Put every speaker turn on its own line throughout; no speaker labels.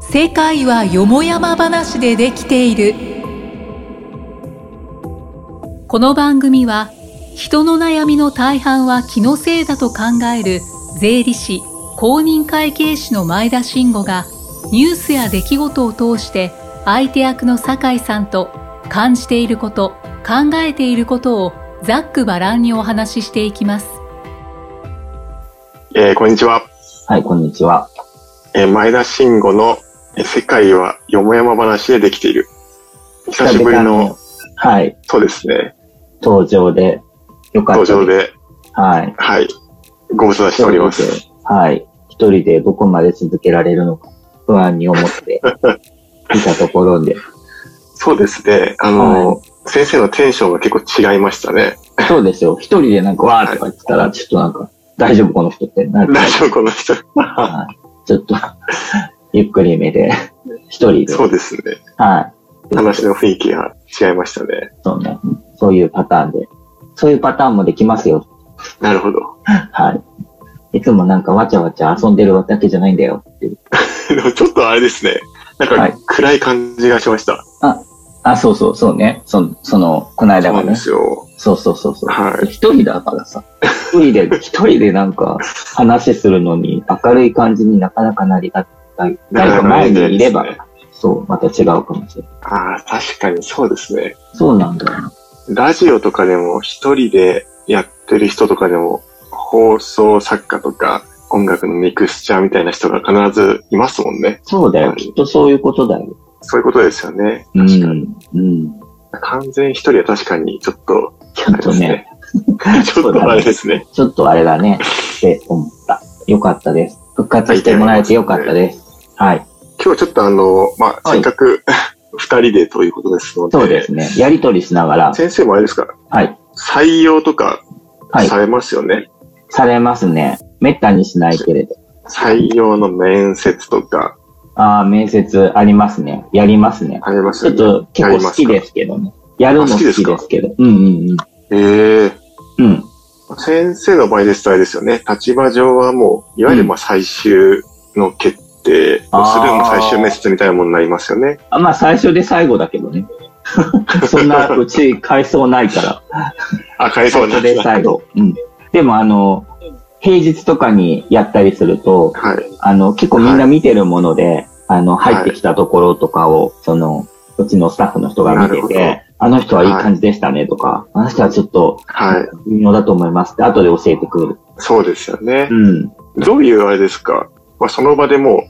世界はよもやま話でできているこの番組は人の悩みの大半は気のせいだと考える税理士公認会計士の前田慎吾がニュースや出来事を通して相手役の酒井さんと感じていること考えていることをざっくばらんにお話ししていきます
えーこんにちは。
はい、こんにちは。
えー前田慎吾の、えー世界はよもやま話でできている。久しぶりの、。
はい、
そうですね、
登場で。よかった
登
です。
場。で、
はい。
はい、ご無沙汰しておりま
一人
す。
で。はい。一人でどこまで続けられるのか不安に思 っていたところで。
そうですね、あの、先生のテンションが結構違いましたね。
そうですよ。一人でなんかわーとか言ってたら、ちょっとなんか、大丈夫この人ってなる。
大丈夫、この 人。
はいちょっと、 ゆっくりめで、一人で。
そうですね、
はい。
話の雰囲気が違いましたね。
そうね。そういうパターンで。そういうパターンもできますよ。
なるほど。
はい。いつもなんかわちゃわちゃ遊んでるわけじゃないんだよっていう。
でもちょっとあれですね、なん
はい
か暗い感じがしました。
あ、そうそう、そうね。その、その、この間
そうな
が
んで
ね。
すよ。
そうそうそうそう。
はい
一人だからさ。一人で、一人でなんか、話するのに、明るい感じになかなかなりがたい。
な
誰
か
か
なか
前
ね
にいれば、
ですね
そう、また違うかもしれない。
ああ、確かにそうですね。
そうなんだよな。
ラジオとかでも一人でやってる人とかでも放送作家とか音楽のミクスチャーみたいな人が必ずいますもんね。
そうだよ。
はい
きっとそういうことだよ。
そういうことですよね。
う
確かに。
ん。うん。
完全一人は確かにちょっと、
ち
あれ
ょっ
で
と
す
ね
ね、。 ちょっとあれですね。
ちょっとあれだね。って思った。よかったです。復活してもらえてよかったです。はい。
今日ちょっとあの、まあ、
はい
せっかく二人でということですので、
そうですね。やりとりしながら、
先生もあれですか
はい。
採用とか
はい
さ。れますよね。
されますね。めったにしないけれど。
採用の面接とか
ああ、面接ありますね。やりますね。
あります
ちょ
よ
っ
ね。
と結構好き
やり
で
ます
けどね。やるの
あ
好
好
き
きで
で
すか
すけど。うんうん
か。ええ
うん。うん。
先生の場合ですとあれですよね、立場上はもう、いわゆるまあ最終の決定をする、
あー
まあ最終面接みたいなものになりますよね。
あまあ最初で最後だけどね。 そんなうち回想ないから。
あ、変えそ
最
うな
初
んで
です最
ね。
後。うん。でもあの、平日とかにやったりすると、
はい。
あの、結構みんな見てるもので、あの、
はい
入ってきたところとかを、その、うちのスタッフの人が見
なる
て
ほど
て、あの人はいい感じでしたねとか、あの人はちょっと、
はい。
微妙だと思いますって、後で教えてくる。
そうですよね。
うん。
どういうあれですか、まあ、その場でもう、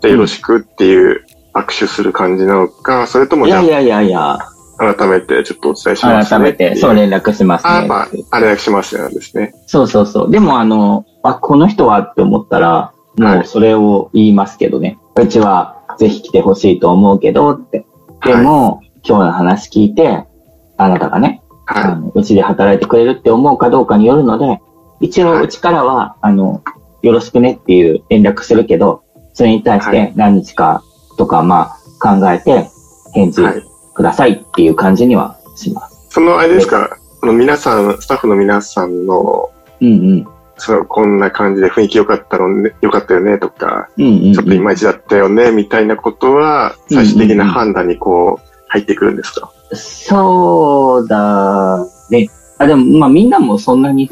じゃあよろしくっていう握手する感じなのか、それとも
い
じ
や
ゃ
いやいやいや、
あ改めてちょっとお伝えします、ね。
改めて、そう
ね。
連絡します
あー
ね。
まあ、あれだけしますねなんですね。
そうそうそう。でもあの、あ、この人はって思ったら、も
は
う
い
それを言いますけどね。うちはぜひ来てほしいと思うけどって。でも、今日の話聞いて、あなたがね、
はい。
あ
はい。
のうちで働いてくれるって思うかどうかによるので、一
は
応
いう
ちからは、あの、よろしくねっていう連絡するけど、それに対し
は
て何日かとか、まあ、考えて返事
はい
くださいっていう感じにはします。
そのあれですか、あの皆さん、スタッフの皆さんの、
うんうん。
そのこんな感じで雰囲気良かったのね、良かったよねとか、
うんうんうん、
ちょっといまいちだったよね、みたいなことは、最終的な判断にこう、入ってくるんですか
そうだね。あ、でも、まあみんなもそんなに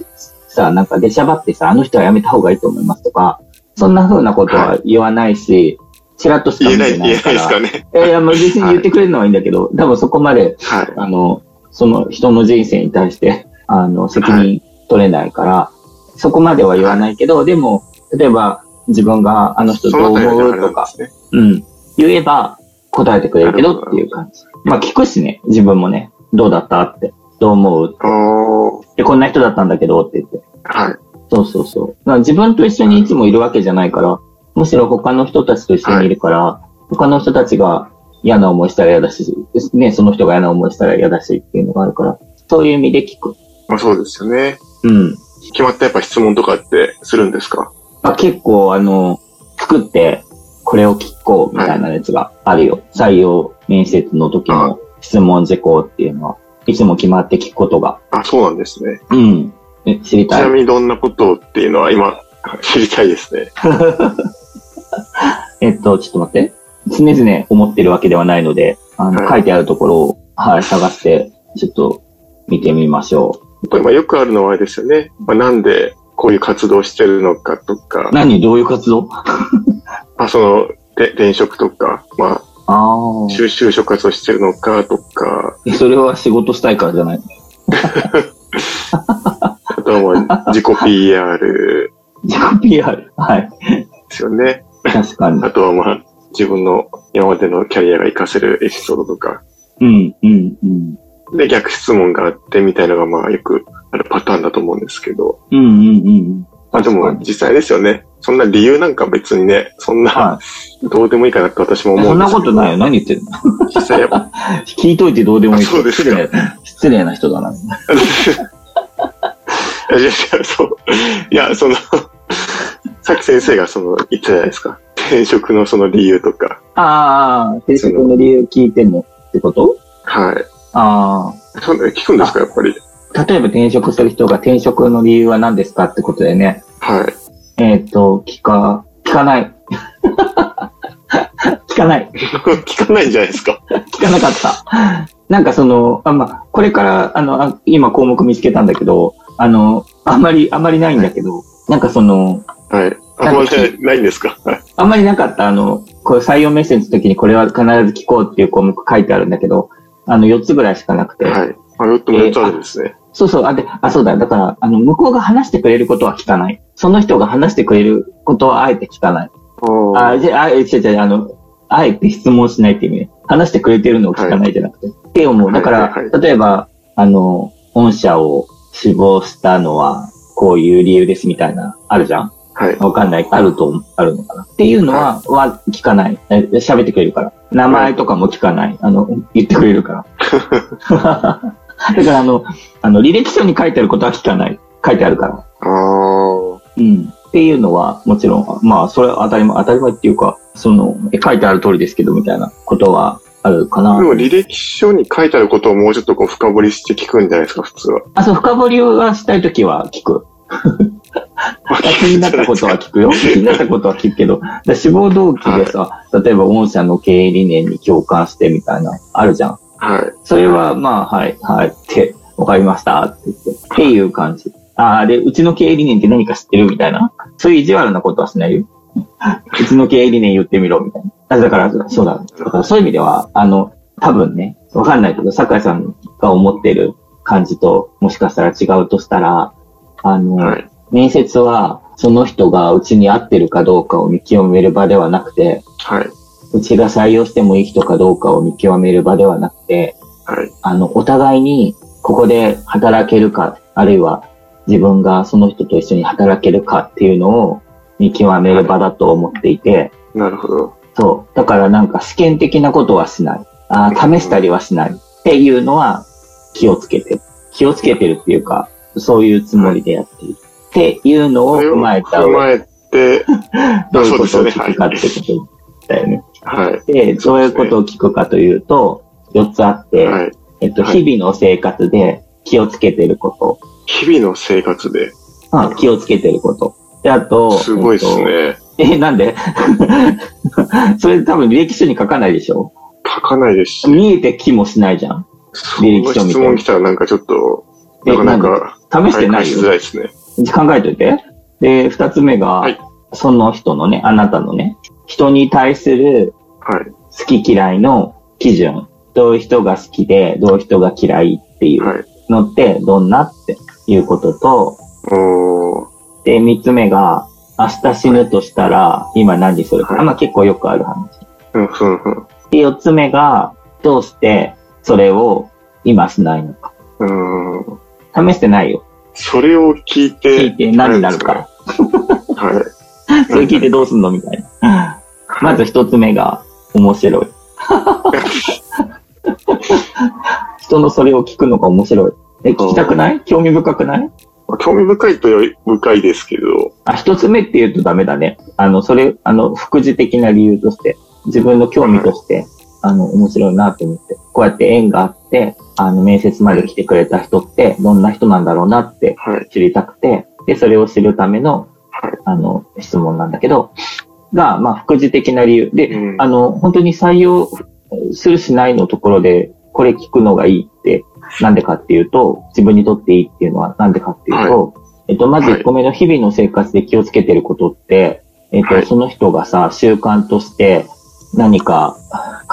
さ、なんか出しゃばってさ、あの人はやめた方がいいと思いますとか、そんな風なことは言わないし、ちらっとしか
言え
見
ない、
て
言
な
え
い
な
か
いです
ら
か。ね。
いやいや、まあ別に言ってくれるのはいいんだけど、多分そこまで、
はい。
あの、その人の人生に対して、あの、責任取れないから、そこまでは言わないけど、でも、例えば自分があの人
そ
どう
のあたり
思
はあ
う
れなん
と
で
か、
すね。
うん。言えば答えてくれるけどっていう感じ。まあ聞くしね、自分もね、どうだったって、どう思う
おー
で、こんな人だったんだけどって言って。
はい。
そうそうそう。だから自分と一緒にいつもいるわけじゃないから、むしろ他の人たちと一緒にいるから、他の人たちが嫌な思いしたら嫌だし、ね、その人が嫌な思いしたら嫌だしっていうのがあるから、そういう意味で聞く。
まあそうですよね。
うん。
決まったやっぱ質問とかってするんですか
まあ結構あの、作って、これを聞こうみたいなやつがあるよ。採用面接の時の質問事項っていうのは、いつも決まって聞くことが。
あ、そうなんですね。
うん。え知り
ち
た。
ないみにどんなことをって いうのは今、知りたいですね。
えっと、ちょっと待って。常々思ってるわけではないので、あ
は
の、
い
書いてあるところを、はい、探して、ちょっと見てみましょ
これまあよくあるのはあれですよね。まあ、なんでこういう活動してるのかとか
う。、何どういう活動あ
まあ、そので転職とか、まあ、
あ
就就職活動してるのかとか、
ー。それは仕事したいからじゃない。
あとはまあ自己 PR
自己 PR。はい。
ですよね。
確かに。
あとはまあ自分の今までのキャリアが活かせるエピソードとか。
うん、うん、うん。
で、逆質問があってみたいなのがまあよくあるパターンだと思うんですけど。
うん、うん、うん。
まあで
確か
も
に。
実際ですよね。そんな理由なんか別にね、そんな
はい。
どうでもいいかなって私も思うんです
そんなことない
い。
よ。何言ってるの
実際やっ ぱ
聞いといてどうでもいい。
あそうですか
失礼な失礼な人だな。
いやいやいやそういや、その、さっき先生がその言ってたじゃないですか。転職のその理由とか。
ああ、転職の理由聞いてんのってこと
はい。
あ
そんな聞くんですか、やっぱり。
あ。例えば転職する人が転職の理由は何ですかってことでね。
はい。
えっ、と、聞か、聞かない。 聞かない。
聞かないんじゃないですか。
聞かなかった。なんかその、あ、まあ、これから、あの、あ今項目見つけたんだけど、あの、あんまり、あんまりないんだけど、なんかその、
はい。あんまりないんですか。はい。
あんまりなかった、あの、これ採用メッセージの時にこれは必ず聞こうっていう項目書いてあるんだけど、あの、4つぐらいしかなくて。
はい。あ、よっとも4つあるんですね。
そうそう、あ、で、あ、そうだ、だから、あの、向こうが話してくれることは聞かない。その人が話してくれることはあえて聞かない。
おー
あ、じゃあ、あ、違う違う、あの、あえて質問しないっていう意味ね。話してくれてるのを聞かないじゃなくて。って思う。だから、
はいはいは
例えば、あの、御社を死亡したのは、こういう理由ですみたいな、あるじゃん
はい。
わかんない。あると思う、あるのかな。っていうのは、は聞かない。え喋ってくれるから。名前とかも聞かない。あの、言ってくれる から。だからあの、あの、履歴書に書いてあることは聞かない。書いてあるから。
あー
うん。っていうのは、もちろん、まあ、それは当たり前、当たり前っていうか、その、え書いてある通りですけど、みたいなことはあるかな。
でも履歴書に書いてあることをもうちょっとこう深掘りして聞くんじゃないですか、普通は。
あ、そう、深掘りはしたいときは聞く。気になったことは聞くよ。気になったことは聞くけど、で志望動機でさ、例えば御社の経営理念に共感してみたいな、あるじゃん。
はい。
それは、まあ、はい、はい、って、わかりました、って言って、っていう感じ。ああ、で、うちの経営理念って何か知ってるみたいな。そういう意地悪なことはしないよ。うちの経営理念言ってみろ、みたいな。あだから、そうだ。だからそういう意味では、あの、多分ね、わかんないけど、酒井さんが思ってる感じと、もしかしたら違うとしたら、あの、
はい。
面接は、その人がうちに合ってるかどうかを見極める場ではなくて、
はい。
うちが採用してもいい人かどうかを見極める場ではなくて、
はい。
あの、お互いにここで働けるか、あるいは自分がその人と一緒に働けるかっていうのを見極める場だと思っていて、
なるほど。
そう。だからなんか試験的なことはしない。あー試したりはしない。っていうのは気をつけてる。気をつけてるっていうか、そういうつもりでやっている。っていうのを
それ
踏
を
まえた
踏
上で、
まえて、
どういうこと
そう
を
ですよ
聞
ね
くかってことだよね。
は
で、どういうことを聞くかというと、4つあっ
い。
て、
はい。
えっと、
はい
日々の生活で気をつけてるこ
日々の生活で、
と。うん気をつけてること。で、あと、
すごいですね。
えっと。え、なんで それ多分履歴書に書かないでしょ
書かないですし、
見えて気もしないじゃん。
その質問来たらなんかちょっと、
え
なかなか、
試してない
し
よ
づ。らいですね。
考えといて。で、二つ目が、
はい
その人のね、あなたのね、人に対する
はい。
好き嫌いの基準。どういう人が好きで、どういう人が嫌いっていう
はい。
のって、どんなっていうことと、
おー
で、三つ目が、明日死ぬとしたら、今何するか。
はい
まあ結構よくある話。
うん、うん、うん
で、四つ目が、どうして、それを今しないのか。
うん。うん。
試してないよ。
それを聞いて、
聞いて何になるか。
はい。
それ聞いてどうすんのみたいな。まず一つ目が、面白い。人のそれを聞くのが面白い。え、聞きたくない興味深くない
興味深いとより深いですけど、
あ、一つ目って言うとダメだね。あの、それ、あの、副次的な理由として、自分の興味として、あの、面白いなと思って、こうやって縁があって、あの、面接まで来てくれた人って、どんな人なんだろうなって
はい。
知りたくて、で、それを知るための
はい、
あの、質問なんだけど、が、まあ、副次的な理由。で、
うん
あの、本当に採用するしないのところで、これ聞くのがいいって、なんでかっていうと、自分にとっていいっていうのはなんでかっていうと、えっと、まず
はい
1個目の日々の生活で気をつけてることって、えっと、
はい
その人がさ、習慣として何か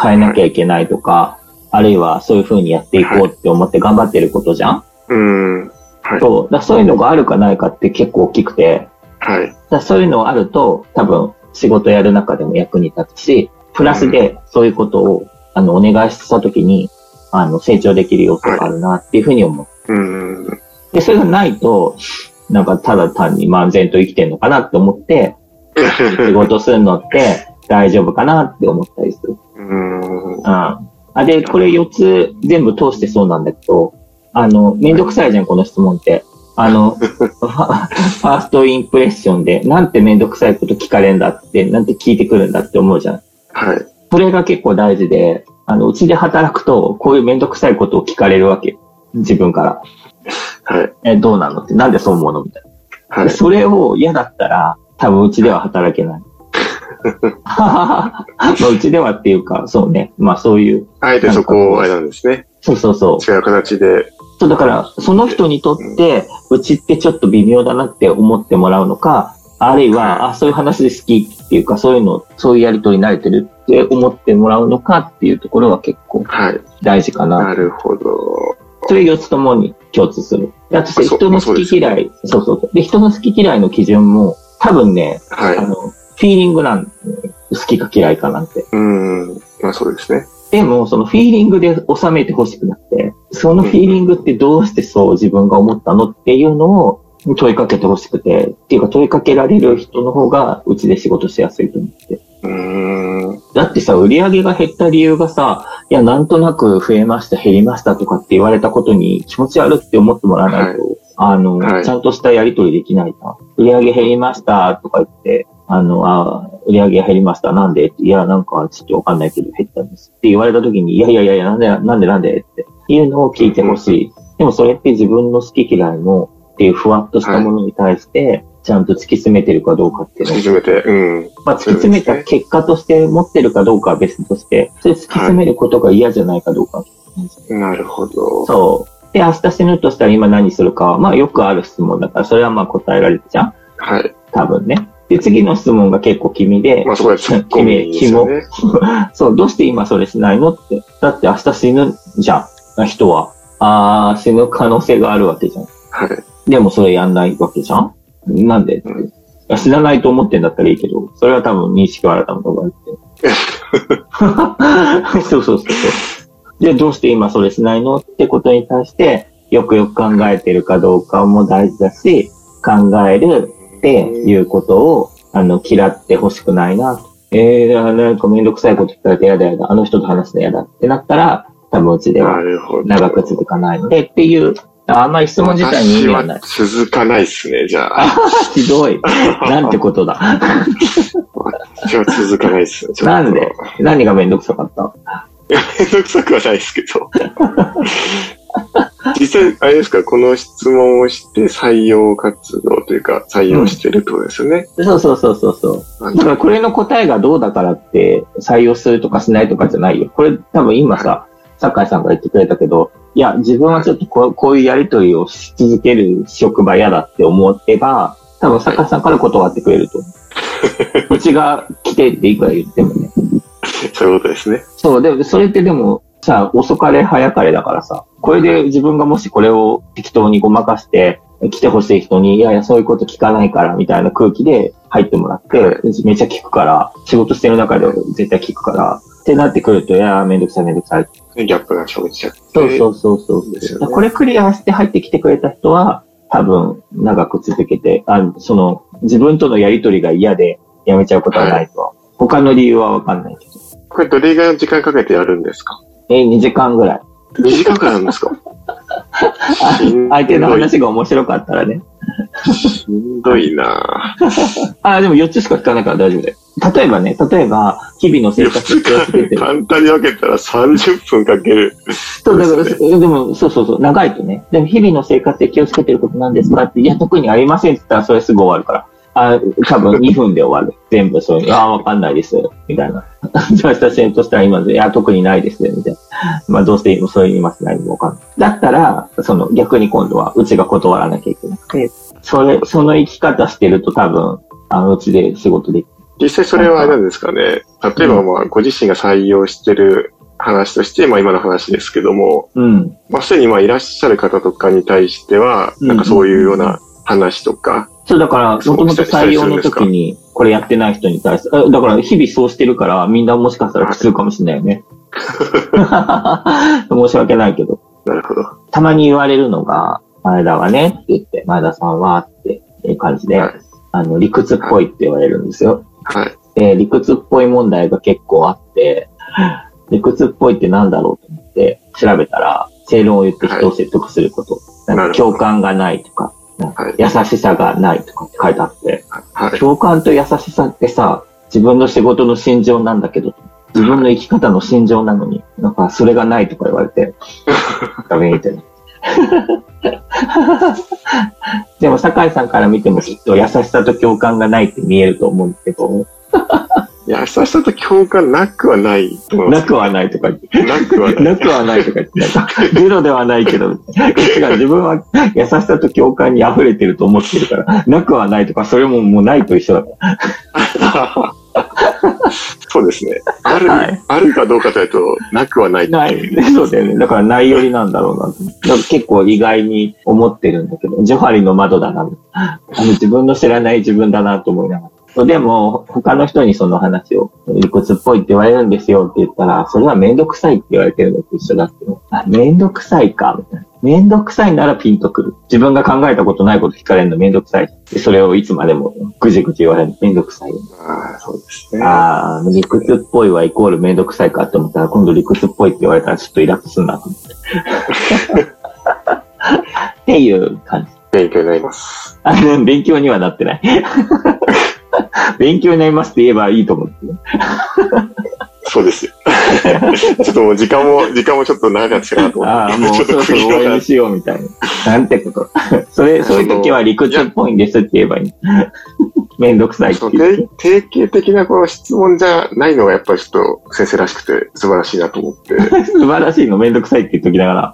変えなきゃいけないとか、あるいはそういう風にやっていこうって思って頑張ってることじゃん、
うん。はい。
そう。だからそういうのがあるかないかって結構大きくて、
はい。
だからそういうのあると、多分仕事やる中でも役に立つし、プラスでそういうことを、あの、お願いしたときに、あの、成長できる要素があるなっていうふうに思う。
うん。
で、それがないと、なんかただ単に漫然と生きてるのかなって思って、仕事するのって大丈夫かなって思ったりする。
うん。
うん。あ、で、これ4つ全部通してそうなんだけど、あの、めんどくさいじゃん、この質問って。あ の、ファファーストインプレッションで、なんてめんどくさいこと聞かれんだって、なんて聞いてくるんだって思うじゃん。
はい。
それが結構大事で、あの、うちで働くと、こういうめんどくさいことを聞かれるわけ。自分から。
はい。
え、どうなのって、なんでそう思うのみたいな。
はい
で。それを嫌だったら、多分うちでは働 けない。まあ、うちではっていうか、そうね。まあそういう。
あえてそこを、あれなんですね。
そうそうそう。
違う形で。
そう、だから、その人にとって、うちってちょっと微妙だなって思ってもらうのか、あるいは、あ、そういう話で好きっていうか、そういうの、そういうやりとり慣れてるって思ってもらうのかっていうところは結構
はい。
大事かな。
なるほど。
それ4つともに共通する。であと、
そう
人の好き嫌い、そうそうそう。で、人の好き嫌いの基準も、多分ね、
は
あ
い。
の、フィーリングなん、好きか嫌いかなんて。
うん。まあそうですね。
でも、そのフィーリングで収めてほしくなって、そのフィーリングってどうしてそう自分が思ったのっていうのを問いかけてほしくて、っていうか問いかけられる人の方がうちで仕事しやすいと思って。
うん。
だってさ、売り上げが減った理由がさ、いや、なんとなく増えました、減りましたとかって言われたことに気持ち悪って思ってもらわないと、あの、
はい
ちゃんとしたやりとりできないな。売り上げ減りましたとか言って、あの、あ売り上げ減りました、なんでいや、なんかちょっとわかんないけど減ったんですって言われた時に、いやいやいやいや、なんで、なんでなんでっていうのを聞いてほしい。でもそれって自分の好き嫌いのっていうふわっとしたものに対して、ちゃんと突き詰めてるかどうかっていうのを
初めて。うん。
まあ、突き詰めた結果として持ってるかどうかは別として、それ突き詰めることが嫌じゃないかどうか。
なるほど。
そう。で、明日死ぬとしたら今何するかは、まあよくある質問だから、それはまあ答えられるじゃん
はい。
多分ね。で、次の質問が結構君で、
まあそこで突っ込みですよね。
そう、どうして今それしないのって。だって明日死ぬじゃん、人は。あー、死ぬ可能性があるわけじゃん。
はい。
でもそれやんないわけじゃんなんで、
うん
いや死なないと思ってんだったらいいけど、それは多分認識を改めた方がいいって。そうそうそうそう。で、どうして今それしないのってことに対して、よくよく考えてるかどうかも大事だし、考えるっていうことを、あの、嫌ってほしくないな。えー、なんかめんどくさいこと聞かれてやだやだ、あの人と話すのやだってなったら、多分うちで
な
は
るほど。
長く続かないのでっていう、ああんまり質問自体に意味はない。
私は続かないですね、じゃあ。
ひどい。なんてことだ。
私は続かないです ね。ちょっと
なんで何がめんどくさかった
めんどくさくはないですけど。実際、あれですか、この質問をして採用活動というか、採用してるってことですよね。
そうそうそうそうそう。だからこれの答えがどうだからって採用するとかしないとかじゃないよ。これ多分今さ、酒井さんが言ってくれたけど、いや、自分はちょっとこうこういうやりとりをし続ける職場嫌だって思えば、多分酒井さんから断ってくれると思う。うちが来てっていくら言ってもね。
そういうことですね。
そう、でもそれってでもさ、遅かれ早かれだからさ、これで自分がもしこれを適当にごまかして、来てほしい人に、いやいや、そういうこと聞かないから、みたいな空気で入ってもらって、
は
めっちゃ聞くから、仕事してる中で絶対聞くから、ってなってくると、いや、めんどくさいめんどくさい。
ギャップが生じちゃって。
そうそうそう
い
そう。
いですよね
だからこれクリアして入ってきてくれた人は、多分、長く続けて、あその、自分とのやりとりが嫌で、やめちゃうことはないとは。他の理由はわかんないけど。
これどれぐらいの時間かけてやるんですか
え、2時間ぐらい。
?2 時間くらいなんですかしんどい
相手の話が面白かったらね。
しんどいなぁ
あ、でも4つしか聞かないから大丈夫だよ。例えばね、例えば、日々の生活に気をつけてる。
簡単に分けたら30分かける。
そう、だから、
です
でも、そうそうそう、長いとね。でも、日々の生活で気をつけてることなんですかって、いや、特にありませんって言ったら、それすぐ終わるから。あ、多 分2分で終わる。全部そういうの。あ、わかんないです。みたいな。じゃあ、したとしたら今、いや、特にないです。みたいな。まあ、どうして今そう言います。何もわかんない。だったら、その、逆に今度は、うちが断らなきゃいけなくて、それ、その生き方してると多分、あの、うちで仕事できる。
実際それはあれなんですかね。例えば、まあ、ご自身が採用してる話として、まあ、今の話ですけども、
うん。
まあ、すでにまあ、いらっしゃる方とかに対しては、
うん
なんかそういうような話とか、
そう、だから、も
そう
ともと採用の時に、これやってない人に対して、あだから、日々そうしてるから、みんなもしかしたら苦痛かもしれない よね。申し訳ないけど。
なるほど。
たまに言われるのが、前田はねって言って、前田さんはっていう感じで、
はい
あの、理屈っぽいって言われるんですよ。
はい。
で、理屈っぽい問題が結構あって、理屈っぽいってなんだろうと思って調べたら、正論を言って人を説得すること。
い
なんか共感がないとか、なんか
はい
優しさがないとかって書いてあって、
はい。
共感と優しさってさ、自分の仕事の心情なんだけど、自分の生き方の心情なのに、なんかそれがないとか言われ て、ダメみたいな。 でも、酒井さんから見てもきっと優しさと共感がないって見えると思うんですけど、
優しさと共感なくはないと思いま
な
す。
くはないとか言 って、
なくはない。
なくはないとか言って、なんかゼロではないけど、こっちが自分は優しさと共感に溢れてると思ってるから、なくはないとか、それももうないと一緒だから。
そうですね。ある、
はい
あるかどうかというと、なくはない。
ない。そうだよね。だからないよりなんだろうなと。だから結構意外に思ってるんだけど、ジョハリの窓だな。あの自分の知らない自分だなと思いながら。でも、他の人にその話を、理屈っぽいって言われるんですよって言ったら、それはめんどくさいって言われてるのと一緒だって。あ、めんどくさいか、みたいな。めんどくさいならピンとくる。自分が考えたことないこと聞かれるのめんどくさい。でそれをいつまでもぐじぐじ言われるのめんどくさい。
ああ、そうですね。
ああ、理屈っぽいはイコールめんどくさいかって思ったら、今度理屈っぽいって言われたらちょっとイラッとすんなと思って。っていう感じ。
勉強になります。
あでも勉強にはなって ない。勉強になりますって言えばいいと思ってね。
そうです よ。ちょっともう時間も、時間もちょっと長くなってきたなと思って。
ああ、もう
ちょっ
そ
と
ろそろ終わりにしようみたいな。なんてこと。 それ、そういう時は理屈っぽいんですって言えばい い。めんどくさいって
その
言って
定定型的なこの質問じゃないのがやっぱりちょっと先生らしくて素晴らしいなと思って、
素晴らしいのめんどくさいって言っときながら。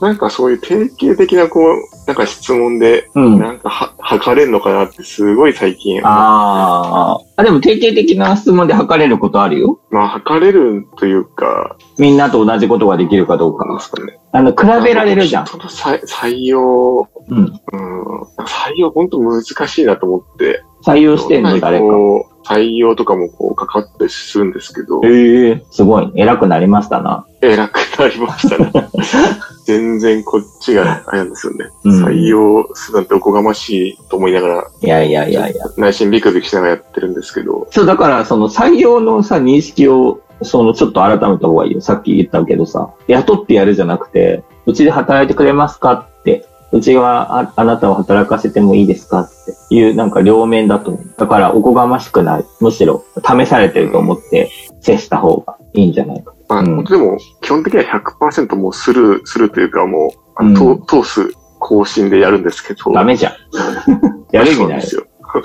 なんかそういう定型的なこう、なんか質問で、
うん。
なんかは、測れんのかなってすごい最近、
あーあ。でも定型的な質問で測れることあるよ。
まあ測れるというか、
みんなと同じことができるかどう
なん
か。
ですかね。
あの、比べられるじゃん。
人の採採用、
うん。
うん、採用本当難しいなと思って、
採用してんの、誰か。
こう採用とかもこうかかってするんですけど、
ええすごい。偉くなりましたな。
偉くなりま したね。全然こっちがあれなんですよね。
うん
採用するなんておこがましいと思いながら、
いやいやいやいや。
内心ビクビクしながらやってるんですけど、
そう、だから、その採用のさ、認識を、その、ちょっと改めた方がいいよ。さっき言ったけどさ、雇ってやるじゃなくて、うちで働いてくれますかって、うちはあ、あなたを働かせてもいいですかっていう、なんか両面だと思う。だから、おこがましくない。むしろ、試されてると思って、接した方がいいんじゃないか。
まあ、
うん
でも、基本的には100%もうスルー、スルーというかもう、あ
うん
の通通す更新でやるんですけど、
ダ メじゃん。やる意味
そう
な
で
い
す。よ。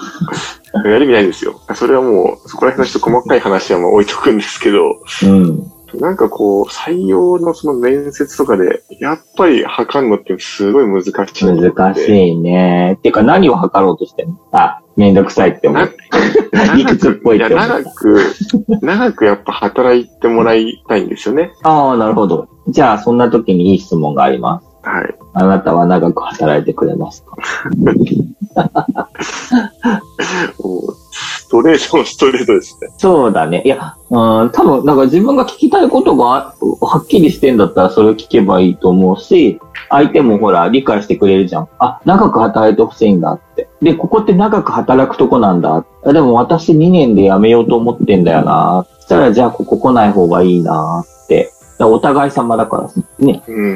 やる意味ないんですよ。それはもう、そこら辺のちょっと細かい話はもう置いとくんですけど、
うん。
なんかこう、採用のその面接とかで、やっぱり測るのってすごい難しいなと思って。
難しいね。てか何を測ろうとしてんのあ、めんどくさいって思
な
う。理屈っぽいって
や、
思う
長く、 長くやっぱ働いてもらいたいんですよね。
ああ、なるほど。じゃあ、そんな時にいい質問があります。
はい。
あなたは長く働いてくれますか
もうストレートもストレートですね。
そうだね。いや、うん、多分、なんか自分が聞きたいことがはっきりしてんだったらそれを聞けばいいと思うし、相手もほら、理解してくれるじゃん。あ、長く働いてほしいんだって。で、ここって長く働くとこなんだ。あでも私2年で辞めようと思ってんだよな。そしたら、じゃあここ来ない方がいいなって。だからお互い様だからさね。
うん、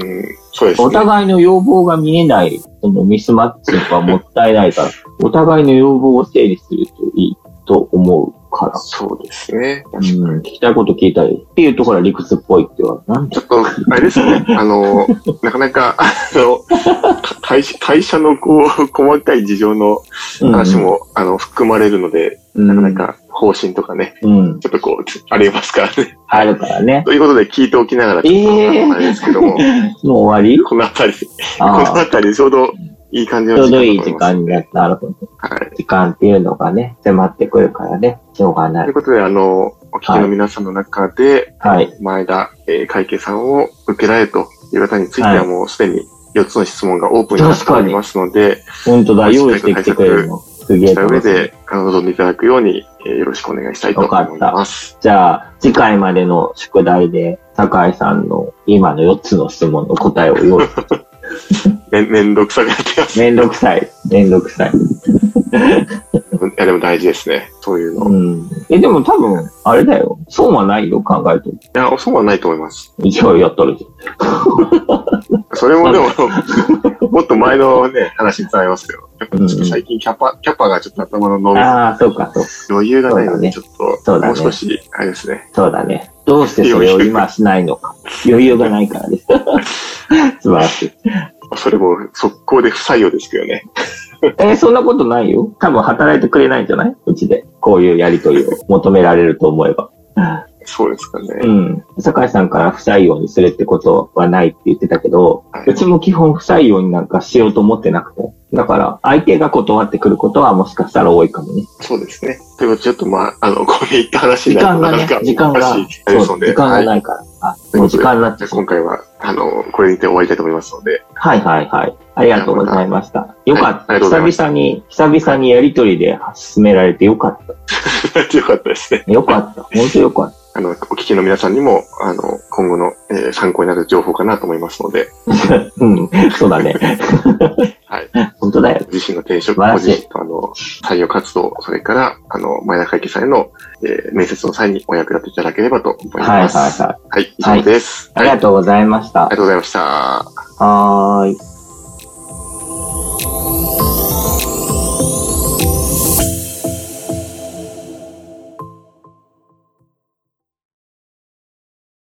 そうですね。
お互いの要望が見えない、そのミスマッチがもったいないから、お互いの要望を整理するといいと思うから。
そうですね。
うん、聞きたいこと聞いたり。っていうところは理屈っぽいって言われる。なん
ちょっと、あれです ね。あの、なかなか、あの、会社、会社のこう、細かい事情の話、も、あの、含まれるので、
うん
なかな。か方針とかね、
うん。
ちょっとこう、ありますからね。
あるからね。
ということで聞いておきながら、ちょっと、
えー
あれですけど も、
もう終わり
このあたり、こ
あ
の
あ。
あたりでちょうどいい感じ
ち
の
ょう
時間だと
ど
思
い
い
い
ます。
時間になった。なるほど。
はい。
時間っていうのがね、迫ってくるからね、しょうがな
とい。
いう
ことで、あの、お聞きの皆さんの中で、
はい。
前田、えー会計さんを受けられるという方については
はい
もうすでに4つの質問がオープンになっておりますので、
本当だ、用意してきてくれるの。すげえ
した上
楽しみ。
で、あの、臨んでいただくように、えーよろしくお願いしたいと思います。
じゃあ、次回までの宿題で、酒井さんの今の4つの質問の答えを 用意。
めめんどくさくなってます。
めんどくさい。めんどくさい。
いや、でも大事ですね。そういうの。い
うん。え、でも多分、あれだよ。損はないよ、考えても。
や、そうはないと思います。
一応やっとるじ
それもでも、もっと前のね、話につながりますけど、やっぱちょっと最近キャパ、キャパがちょっと頭の脳
ゃん。
みそ
ああ、そうか、そうか。
余裕がないので、ち
そ
ょっと、
そうだね
もう少し、あれですね。
そうだね。どうしてそれを今しないのか。余裕がないか らです。素晴らしい。
それも速攻で不採用ですけどね。
えーそんなことないよ。多分働いてくれないんじゃないうちで。こういうやりとりを求められると思えば。
そうですかね。
うん。酒井さんから不採用にするってことはないって言ってたけど
はい、
うちも基本不採用になんかしようと思ってなくて。だから、相手が断ってくることはもしかしたら多いかもね。
そうですね。ということで、ちょっとまあ、あの、これいった話に
時
なる
間
と
が
な
ね
かな、か
時間が
難しい、あれです
そ
の
う、
で
時間
は
が
い
ないから。あ、もう時間になっ
じ
て
ゃあ
しま
今
う。
回は、あの、これにて終わりたいと思いますので、
はいはいはい。ありがとうございました。よかっ
はいあり
た。
がとうございま
久々に、久々にやりとりで進められてよかっ
よかったですね。
た。よかった。本当よかっ
あの、お聞きの皆さんにも、あの、今後の、えー参考になる情報かなと思いますので、
た。うん。そうだね。
はい。
本当だよ。
自身の転職、
素晴
ご
らしい
自身とあの、採用活動、それから、あの、前田会計さんへの、えー面接の際にお役立ていただければと思い
はいはい
ます。
はい。
はい、以上です。
ありがとうございまし
あ
た
りが。とうございました。
はーい。